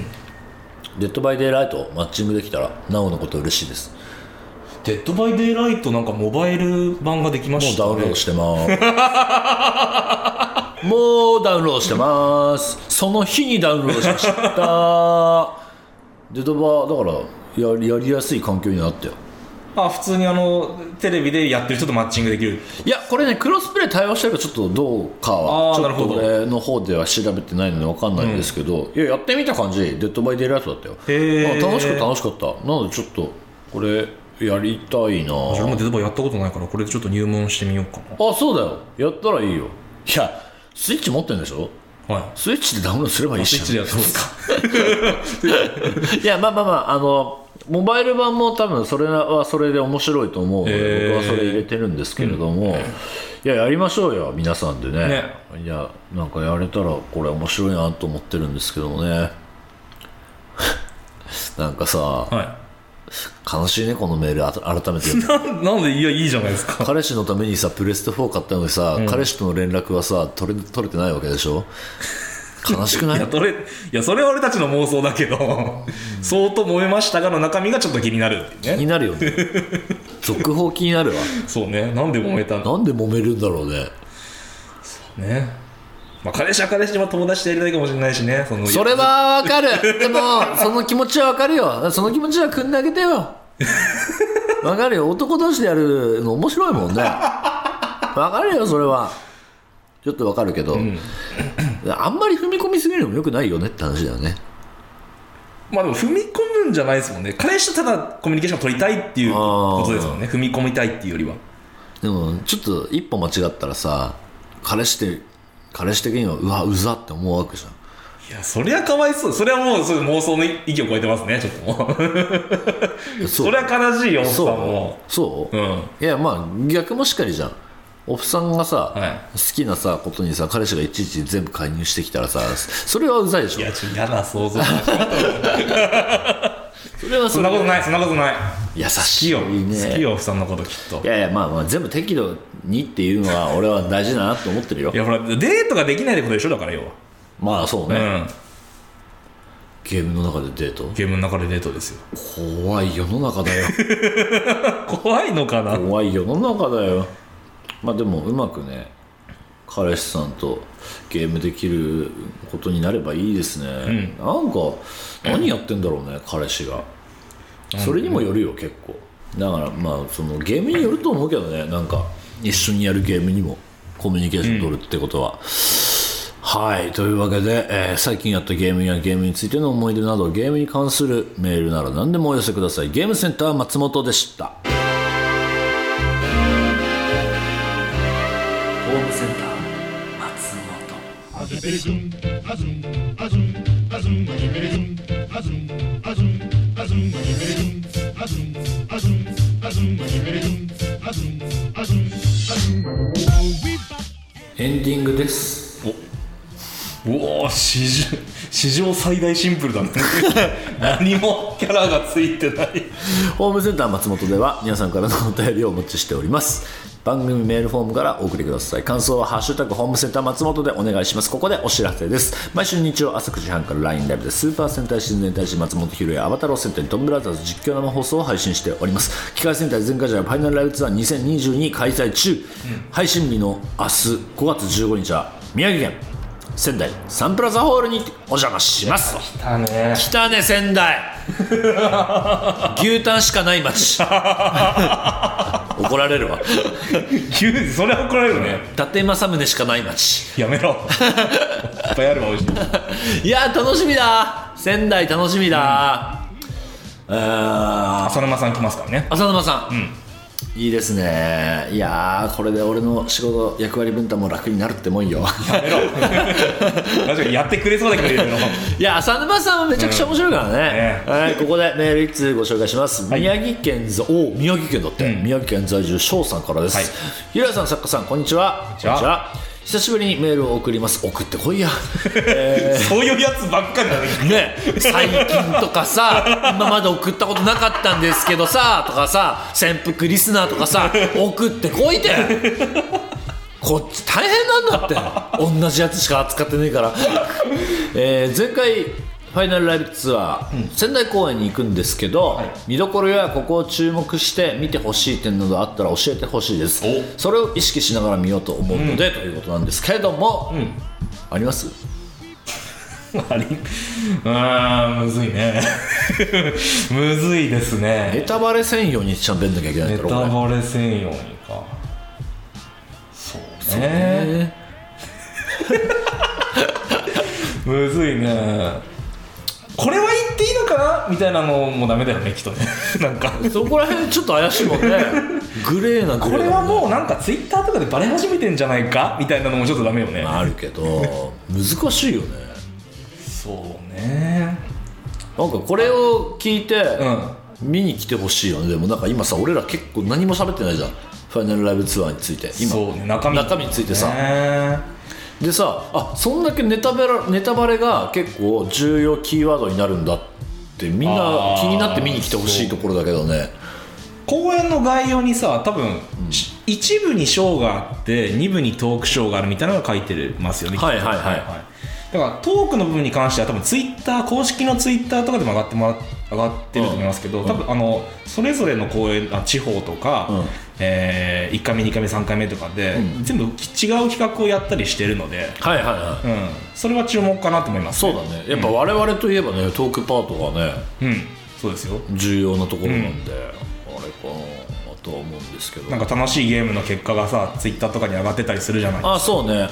Speaker 2: デッドバイデイライトマッチングできたらなおのこと嬉しいです
Speaker 1: デッドバイデイライトなんかモバイル版ができま
Speaker 2: もう
Speaker 1: した
Speaker 2: ダ
Speaker 1: ね
Speaker 2: ウンロードしてますもうダウンロードしてますその日にダウンロードしましたデッドバーだからやりやりやすい環境になったよ
Speaker 1: あ普通にあのテレビでやってる人とマッチングできる
Speaker 2: いやこれねクロスプレー対応してるかちょっとどうかは
Speaker 1: あー
Speaker 2: ちょ
Speaker 1: なる
Speaker 2: っと
Speaker 1: ほど
Speaker 2: 俺の方では調べてないので分かんないんですけど、いややってみた感じデッドバイデイライトだったよ
Speaker 1: へー
Speaker 2: あ楽しかった楽しかったなのでちょっとこれやりたいな
Speaker 1: 俺もデッドバイやったことないからこれでちょっと入門してみようか
Speaker 2: あそうだよやったらいいよいやスイッチ持ってるんでしょ
Speaker 1: なはい
Speaker 2: スイッチでダウンロードすればいい
Speaker 1: ス
Speaker 2: し
Speaker 1: イッチでやったんですか
Speaker 2: いやまあまあまああのモバイル版も多分それはそれで面白いと思うので、
Speaker 1: へー
Speaker 2: 僕はそれ入れてるんですけれども、いややりましょうよ皆さんでねいやなんかやれたらこれ面白いなと思ってるんですけどもね [LAUGHS] なんかさ、
Speaker 1: は
Speaker 2: 悲しいねこのメールあた改めて読んで
Speaker 1: い [LAUGHS] なんなんでいやいいじゃないですか
Speaker 2: 彼氏のためにさプレステ4買ったのにさ、彼氏との連絡はさ取れ取れてないわけでしょ悲しくない
Speaker 1: [LAUGHS] いやそれいやそれは俺たちの妄想だけど相当揉めましたがの中身がちょっと気になるっていう
Speaker 2: 気
Speaker 1: ね
Speaker 2: になるよね続報気になるわ
Speaker 1: そうねなんで揉めたの
Speaker 2: なんで揉めるんだろうね
Speaker 1: ねまあ彼氏は彼氏は友達とやりたいかもしれないしねその
Speaker 2: それはわかるでもその気持ちはわかるよその気持ちはくんであげ
Speaker 1: [LAUGHS]
Speaker 2: てよわかるよ男同士でやるの面白いもんねわかるよそれはちょっとわかるけど、あんまり踏み込みすぎるのもよくないよねって話だよね
Speaker 1: まあでも踏み込むんじゃないですもんね彼氏とただコミュニケーション取りたいっていうことですもんね踏み込みたいっていうよりは
Speaker 2: でもちょっと一歩間違ったらさ彼氏って彼氏的にはうわうざって思うわけじゃん
Speaker 1: いやそりゃかわいそうそれはもうそういう妄想の域を超えてますねちょっともう
Speaker 2: そ
Speaker 1: [LAUGHS] それは悲しいよ奥さん
Speaker 2: そ
Speaker 1: も
Speaker 2: うそう、
Speaker 1: うん
Speaker 2: いやまあ逆もしかりじゃんおっさんがさ、
Speaker 1: はい
Speaker 2: 好きなさことにさ彼氏がいちいち全部介入してきたらさそれはうざいでし
Speaker 1: い
Speaker 2: ょ
Speaker 1: やちょっと嫌な想像だ
Speaker 2: それは
Speaker 1: そんなことないそんなことない
Speaker 2: 優
Speaker 1: 好
Speaker 2: し
Speaker 1: き
Speaker 2: い
Speaker 1: よ
Speaker 2: ね
Speaker 1: 好きよ奥さんのこときっと
Speaker 2: いやいやまあまあ全部適度にっていうのは俺は大事だなと思ってるよ
Speaker 1: いやほらデートができないってことでしょだから要は
Speaker 2: まあそ
Speaker 1: う
Speaker 2: うね、
Speaker 1: ん
Speaker 2: ゲームの中でデート
Speaker 1: ゲームの中でデートですよ
Speaker 2: 怖い世の中だよ
Speaker 1: 怖いのかな
Speaker 2: 怖い世の中だよまあでもうまくね彼氏さんとゲームできることになればいいですね、なんか何やってんだろうね彼氏がそれにもよるよ結構だからまあそのゲームによると思うけどねなんか一緒にやるゲームにもコミュニケーション取るってことは、はい。というわけで、えー最近やったゲームやゲームについての思い出など、ゲームに関するメールなら何でもお寄せください。ゲームセンター松本でした。
Speaker 3: ホームセンター松本
Speaker 4: Azum, azum, azum, azum, azum, azum, azum, azum, azum, zoom when you ready zoom. I zoom, I zoom, I zoom when you ready zoom. I zoom, I zoom, I zoom.
Speaker 2: エンディングです
Speaker 1: おお史上史上最大シンプルだね何もキャラがついてない
Speaker 2: ホームセンター松本では皆さんからのお便りをお待ちしております番組メールフォームからお送りください感想は「ハッシュタグホームセンター松本」でお願いしますここでお知らせです毎週日曜朝9時半から LINE ライブでスーパー戦隊自然大使松本ひろやアバタロー戦隊トムブラザーズ実況生放送を配信しております機械戦隊全会場ファイナルライブツアー2022開催中、配信日の明日5月15日は宮城県仙台サンプラザホールにお邪魔します
Speaker 1: 来たね
Speaker 2: 来たね仙台牛タンしかない町怒られるわ
Speaker 1: 急それは怒られるね
Speaker 2: 伊達政宗しかない町
Speaker 1: やめろいっぱいあるわ美味しい
Speaker 2: いやー楽しみだー仙台楽しみだー、あー
Speaker 1: 浅沼さん来ますからね
Speaker 2: 浅沼さん、いいですねいやーこれで俺の仕事役割分担も楽になるってもんよ
Speaker 1: やめろ確かにやってくれそうだけどいろいろ
Speaker 2: いや浅沼さんはめちゃくちゃ面白いからね,、
Speaker 1: ね
Speaker 2: はい、ここでメール1通ご紹介します、宮城県在お宮城県だって、宮城県在住翔さんからです、
Speaker 1: はい
Speaker 2: ゆらさん作家さんこんにちはこん
Speaker 1: にちは
Speaker 2: 久しぶりにメールを送ります送ってこいや
Speaker 1: そういうやつばっかりだね
Speaker 2: ね最近とかさ今まで送ったことなかったんですけどさとかさ潜伏リスナーとかさ送ってこいてこっち大変なんだって同じやつしか扱ってねえから、えー前回ファイナルライブツアー、仙台公演に行くんですけど、見どころやここを注目して見てほしい点などあったら教えてほしいです
Speaker 1: お
Speaker 2: それを意識しながら見ようと思うので、ということなんですけれども、あります
Speaker 1: [LAUGHS] ありあーむずいね [LAUGHS] むずいです
Speaker 2: ネ
Speaker 1: ね
Speaker 2: タバレ専用にちゃんとやんなきゃいけない
Speaker 1: ネ
Speaker 2: んだ
Speaker 1: タ
Speaker 2: ろこれ
Speaker 1: バレ専用にかそうね
Speaker 2: え
Speaker 1: むずいねこれは言っていいのかなみたいなのもダメだよねきっと
Speaker 2: [LAUGHS]
Speaker 1: ねなんか
Speaker 2: ーそこら辺ちょっと怪しいもんね
Speaker 1: [LAUGHS]
Speaker 2: グレーな
Speaker 1: こ
Speaker 2: グレー
Speaker 1: れ
Speaker 2: な
Speaker 1: はもうなんかツイッターとかでバレ始めてんじゃないかみたいなのもちょっとダメよね
Speaker 2: あるけど難しいよね
Speaker 1: そうね
Speaker 2: なんかこれを聞いて、
Speaker 1: ん
Speaker 2: 見に来てほしいよねでもなんか今さ俺ら結構何も喋ってないじゃんファイナルライブツアーについて今
Speaker 1: そうね中身
Speaker 2: 中身についてさ、
Speaker 1: ね
Speaker 2: でさあそんだけネタバレネタバレが結構重要キーワードになるんだってみんな
Speaker 1: あー
Speaker 2: 気になって見に来てほしいところだけどね
Speaker 1: 公演の概要にさ多分、し一部にショーがあって二部にトークショーがあるみたいなのが書いてますよね
Speaker 2: はいはいはい
Speaker 1: だからトークの部分に関しては多分ツイッター公式のツイッターとかでも上がってもら上がってると思いますけど、
Speaker 2: うん
Speaker 1: 多分あのそれぞれの公演あ地方とか、
Speaker 2: うん
Speaker 1: え1回目2回目3回目とかで、
Speaker 2: うん
Speaker 1: 全部き違う企画をやったりしてるので、
Speaker 2: はいはいはい
Speaker 1: うん、それは注目かなと思います、
Speaker 2: そうだねやっぱ我々といえばね、トークパートがね
Speaker 1: うん、そうですよ
Speaker 2: 重要なところなんで、あれかなとは思うんですけど
Speaker 1: なんか楽しいゲームの結果がさツイッターとかに上がってたりするじゃない
Speaker 2: あそうね、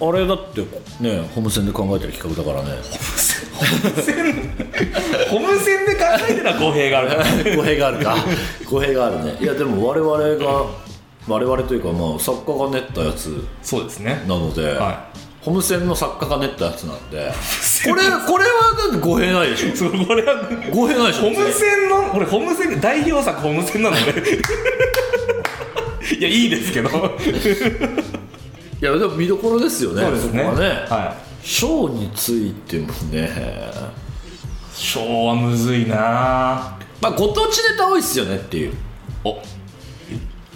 Speaker 1: う
Speaker 2: あれだってねホームセンで考えてる企画だからね [LAUGHS]
Speaker 1: ホーム戦で考えてた公平があるから
Speaker 2: 語弊があるか [LAUGHS] 語弊があるねいやでも我々が我々というかまあ作家が練ったやつ
Speaker 1: そうですね
Speaker 2: なので、
Speaker 1: は
Speaker 2: ホームセンの作家が練ったやつなんでこれこれはだって語弊ないでし
Speaker 1: そうこれは
Speaker 2: ょ語弊ないでしょ
Speaker 1: ホーム戦の俺ホーム戦代表作ホーム戦
Speaker 2: [LAUGHS]
Speaker 1: なのでいやいいですけどそう
Speaker 2: いやでも見どころですよねここはね、
Speaker 1: は
Speaker 2: ショーについてもね
Speaker 1: い昭和むずいな
Speaker 2: まあご当地ネタ多いっすよねっていう
Speaker 1: お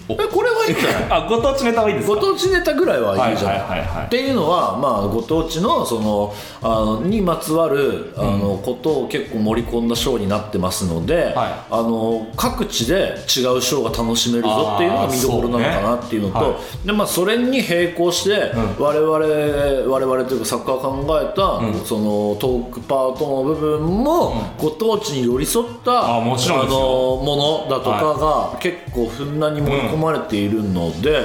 Speaker 2: えこれはいいんじゃない
Speaker 1: あご当地ネタはいいですか
Speaker 2: ご当地ネタぐらいはいいじゃない,、
Speaker 1: はいはいはいはい
Speaker 2: っていうのは、まあ、ご当地のそのあのにまつわるあの、ことを結構盛り込んだショーになってますので、
Speaker 1: はい
Speaker 2: あの各地で違うショーが楽しめるぞっていうのが見どころなのかなっていうのと
Speaker 1: あーそうね
Speaker 2: でまあ、それに並行して、我々我々というか作家が考えた、そのトークパートの部分も、ご当地に寄り添った
Speaker 1: あもちろん
Speaker 2: あ
Speaker 1: ですよ
Speaker 2: のものだとかが結構ふんだんに盛り込まれているので。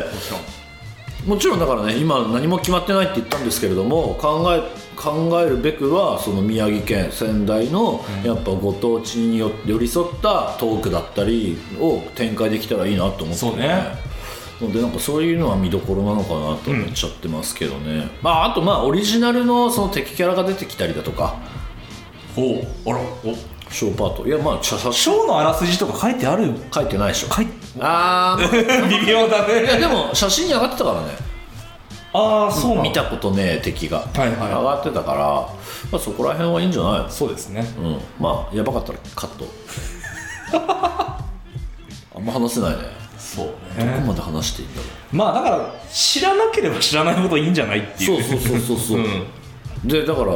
Speaker 2: もちろんだからね今何も決まってないって言ったんですけれども考え考えるべくはその宮城県仙台のやっぱご当地によ寄り添ったトークだったりを展開できたらいいなと思って、
Speaker 1: そうね
Speaker 2: のでなんかそういうのは見どころなのかなと思っちゃってますけどね、まあ、あとまあオリジナルのその敵キャラが出てきたりだとか
Speaker 1: おあらお
Speaker 2: ショーパートいやまあ写真
Speaker 1: ショーのあらすじとか書いてあ
Speaker 2: [LAUGHS]
Speaker 1: る
Speaker 2: 書いてないでしょ
Speaker 1: 書い
Speaker 2: あー、ま
Speaker 1: 微妙だ
Speaker 2: あ、いや
Speaker 1: ね
Speaker 2: でも写真に上がってたからね
Speaker 1: ああそうなんだ
Speaker 2: 見たことねえ敵が、
Speaker 1: いはい
Speaker 2: 上がってたから、まあ、そこら辺はいいんじゃないの
Speaker 1: そうですね
Speaker 2: うん、まあやばかったらカ [LAUGHS] ットあんま話せないねそうどこまで話していいんだろ
Speaker 1: まあだから知らなければ知らないほどいいんじゃないっていう
Speaker 2: うそうそうそうそうそう、でだから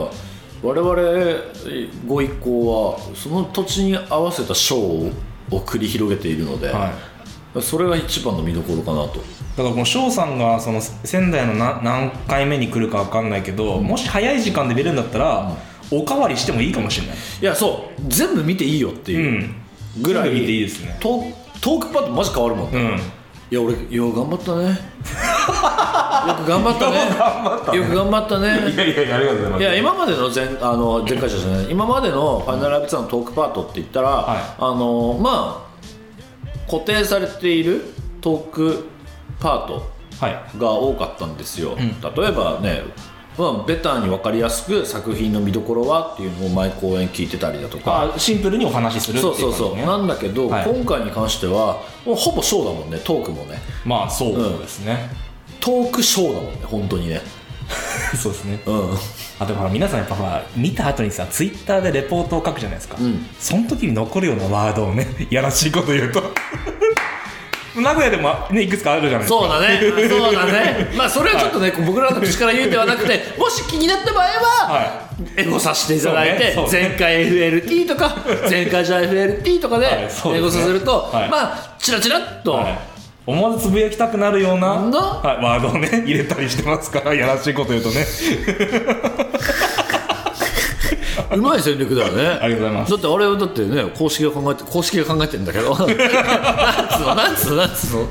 Speaker 2: 我々ご一行はその土地に合わせたショーを繰り広げているので、
Speaker 1: はい
Speaker 2: それが一番の見どころかなと
Speaker 1: だからこの翔さんがその仙台のな何回目に来るか分かんないけど、もし早い時間で見れるんだったら、おかわりしてもいいかもしれない
Speaker 2: いやそう全部見ていいよって
Speaker 1: う
Speaker 2: いうんぐらい、
Speaker 1: 全部見ていいですね
Speaker 2: トークトークパートマジ変わるもんね、
Speaker 1: うん
Speaker 2: いや俺よう頑張ったねよく頑張ったねよく頑張ったね
Speaker 1: やいやいやありがとうございま
Speaker 2: いや今までの前あの前回じゃない今までの「ファイナルライブツアー」のトークパートって言ったら、
Speaker 1: はい
Speaker 2: あのまあ固定されているトークパート
Speaker 1: はい
Speaker 2: が多かったんですよ、例えばね、まあ、ベターに分かりやすく作品の見どころはっていうのを毎公演聞いてたりだとか
Speaker 1: あシンプルにお話しするってい
Speaker 2: そううそうそう、
Speaker 1: 感じね
Speaker 2: なんだけど、
Speaker 1: はい
Speaker 2: 今回に関してはもうほぼショーだもんねトークもね
Speaker 1: まあそう
Speaker 2: うん
Speaker 1: ですね、
Speaker 2: トークショーだもんね本当にね
Speaker 1: そうですね
Speaker 2: うん
Speaker 1: あとほら皆さんやっぱほら見た後にさツイッターでレポートを書くじゃないですか、
Speaker 2: ん
Speaker 1: その時に残るようなワードをねいやらしいこと言うと [LAUGHS] 名古屋でもねいくつかあるじゃないですか
Speaker 2: そうだね、そうだね、まあそれはちょっとね、僕らの口から言うではなくて、 [LAUGHS] もし気になった場合は、エゴさせていただいて、
Speaker 1: そうねそうね
Speaker 2: 前回 FLT とか、 [LAUGHS] 前回じゃ FLT とかで
Speaker 1: はいそうですね
Speaker 2: エゴさせると、
Speaker 1: はい
Speaker 2: まあ、ちらちらっと、
Speaker 1: はい思わずつぶやきたくなるような
Speaker 2: なんだ
Speaker 1: はい、ワードをね [LAUGHS] 入れたりしてますからやらしいこと言うとね
Speaker 2: [LAUGHS] うまい戦略だよね。
Speaker 1: ありがとうございます
Speaker 2: だってあれはだってね、公式が考えて、公式が考えてんだ
Speaker 1: [LAUGHS]
Speaker 2: けど、なんつうの、なんつうの、なんつうの、そう、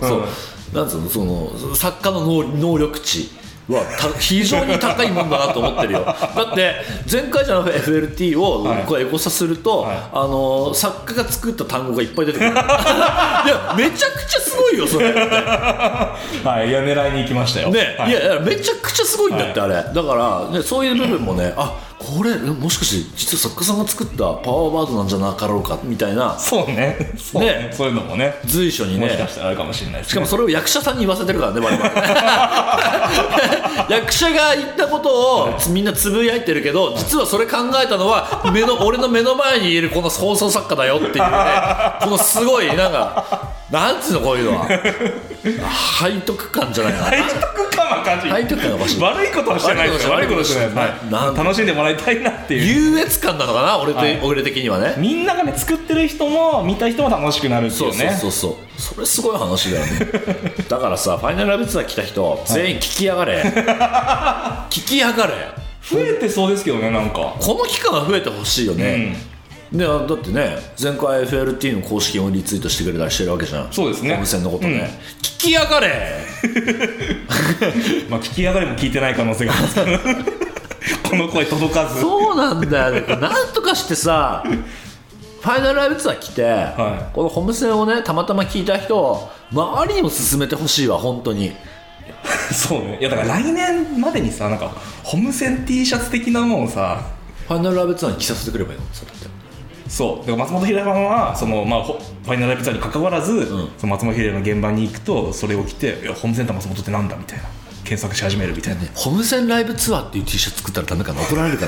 Speaker 2: なんつうの、その、作家の能能力値。はた非常に高いもんだなと思って
Speaker 1: [LAUGHS]
Speaker 2: るよだって前回じゃなくて FLT を
Speaker 1: はい
Speaker 2: こうエゴサすると、
Speaker 1: はい
Speaker 2: あの作家が作った単語がいっぱい出てくる [LAUGHS] いやめちゃくちゃすごいよそれ
Speaker 1: はいいや狙いに行きましたよ
Speaker 2: ね、、
Speaker 1: はいい、
Speaker 2: やいやめちゃくちゃすごいんだって、あれだから、ね、そういう部分もねあこれもしかして実は作家さんが作ったパワーワードなんじゃなかろうかみたいな
Speaker 1: そうねそうね
Speaker 2: ね
Speaker 1: そういうのもね
Speaker 2: 随所に
Speaker 1: も
Speaker 2: ね
Speaker 1: しかしたらあるかもしれないです、ね、
Speaker 2: しかもそれを役者さんに言わせてるからね我
Speaker 1: [LAUGHS]
Speaker 2: 々役者が言ったことをみんなつぶやいてるけど実はそれ考えたのは目の俺の目の前にいるこの放送作家だよっていうねこのすごいなんかなんつうのこう
Speaker 1: [LAUGHS]
Speaker 2: いうのは背徳感じゃないかな
Speaker 1: 背徳感は感じ
Speaker 2: 背徳感が欲しい
Speaker 1: 悪いことはしてないですよ悪
Speaker 2: 悪
Speaker 1: い
Speaker 2: い
Speaker 1: こ
Speaker 2: ことと
Speaker 1: はし
Speaker 2: してて
Speaker 1: な
Speaker 2: ないい
Speaker 1: です、
Speaker 2: な
Speaker 1: は
Speaker 2: ん
Speaker 1: い、楽しんでもらいたいなっていう
Speaker 2: 優越感なのかな俺と、
Speaker 1: はい
Speaker 2: 俺的にはね
Speaker 1: みんながね作ってる人も見た人も楽しくなるってい
Speaker 2: そううそう
Speaker 1: ね
Speaker 2: そうそうそれすごい話だ [LAUGHS] よねだからさファイナルラブツアー来た人全員聞きやが [LAUGHS] れ聞きやがれ
Speaker 1: 増えてそうですけどねなんか
Speaker 2: この期間が増えてほしいよね、でだってね前回 FLT の公式をリツイートしてくれたりしてるわけじゃん
Speaker 1: そうですね
Speaker 2: お店のことね、
Speaker 1: うん
Speaker 2: 聞きやがれ
Speaker 1: まあ聞き上がりも聞いてない可能性があるんです
Speaker 2: [LAUGHS]
Speaker 1: けどこの声届かず
Speaker 2: そうなんだ [LAUGHS] よねなんとかしてさファイナルライブツアー来て、
Speaker 1: はい
Speaker 2: このホームセンをねたまたま聞いた人を周りにも勧めてほしいわ本当に
Speaker 1: [LAUGHS] そうねいやだから来年までにさなんかホームセン T シャツ的なのをさ
Speaker 2: ファイナルライブツアーに着させてくればいいのそうだって
Speaker 1: そうだから松本ひらさんはその、まあ、ほファイナルライブツアーに関わらず、
Speaker 2: ん
Speaker 1: その松本ひらの現場に行くとそれを着て「いやホームセンター松本ってなんだ?」みたいな検索し始めるみたいな
Speaker 2: ホームセンライブツアーっていう T シャツ作ったらダメかな怒られるか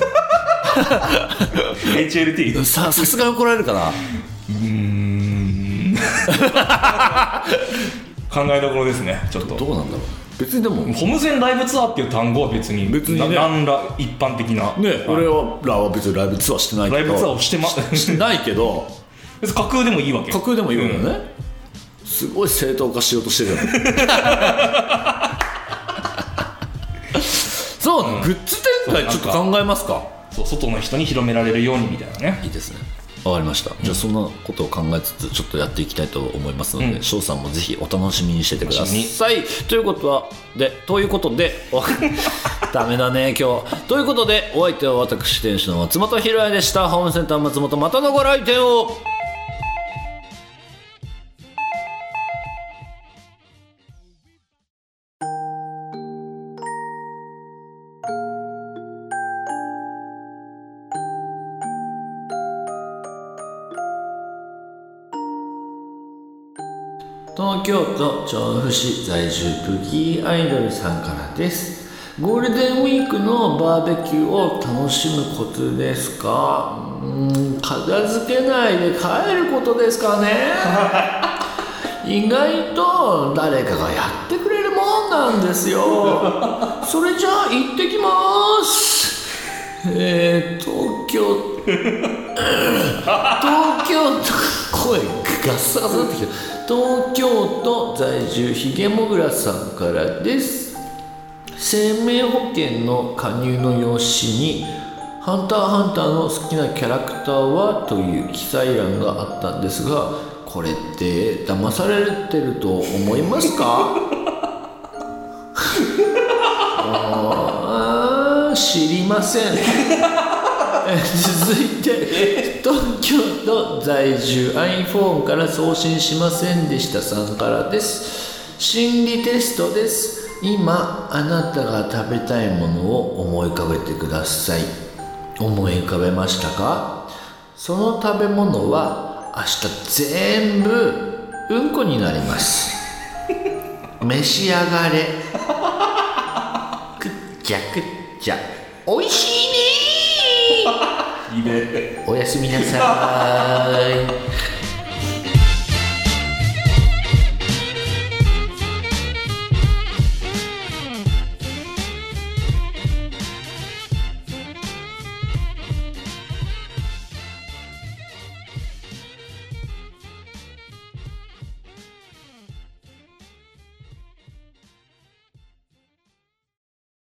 Speaker 1: HLT
Speaker 2: な [LAUGHS] ささすがに怒られるかな
Speaker 1: 考えどころですねちょっと
Speaker 2: どうなんだろう別にでもね
Speaker 1: ホームセンライブツアーっていう単語は別に
Speaker 2: 別にね
Speaker 1: ななんら一般的な、
Speaker 2: 俺らは別にライブツアーしてないけ
Speaker 1: ラ
Speaker 2: ど
Speaker 1: イブツアーをしてま
Speaker 2: してないけど
Speaker 1: 別に架空でもいいわけ
Speaker 2: 架空でもいいのよね、すごい正当化しようとしてるよね [LAUGHS] そうね、グッズ展開ちょっと考えますか
Speaker 1: そう外の人に広められるようにみたいなね
Speaker 2: いいですねわかりました、じゃあそんなことを考えつつちょっとやっていきたいと思いますので翔、さんもぜひお楽しみにしててくだ
Speaker 1: 楽しみに
Speaker 2: さいということはでということでお [LAUGHS] ダメだね今日ということでお相手は私店主の松本ひろやでしたホームセンター松本またのご来店を東京都調布市在住ブギーアイドルさんからですゴールデンウィークのバーベキューを楽しむことですかうーん片付けないで帰ることですかね意外と誰かがやってくれるもんなんですよそれじゃあ行ってきますえー、東京東京都声ガッサガサになってきた東京都在住ひげもぐらさんからです生命保険の加入の用紙に「ハンターハンター」の好きなキャラクターはという記載欄があったんですがこれって騙されてると思いますか [LAUGHS] あー知りませんえー続いて東京都在住 iPhone から送信しませんでしたさんからです心理テストです今あなたが食べたいものを思い浮かべてください思い浮かべましたかその食べ物は明日全部うんこになります召し上がれくっちゃくっちゃおいしいねー
Speaker 1: いいね
Speaker 2: おやすみなさーい。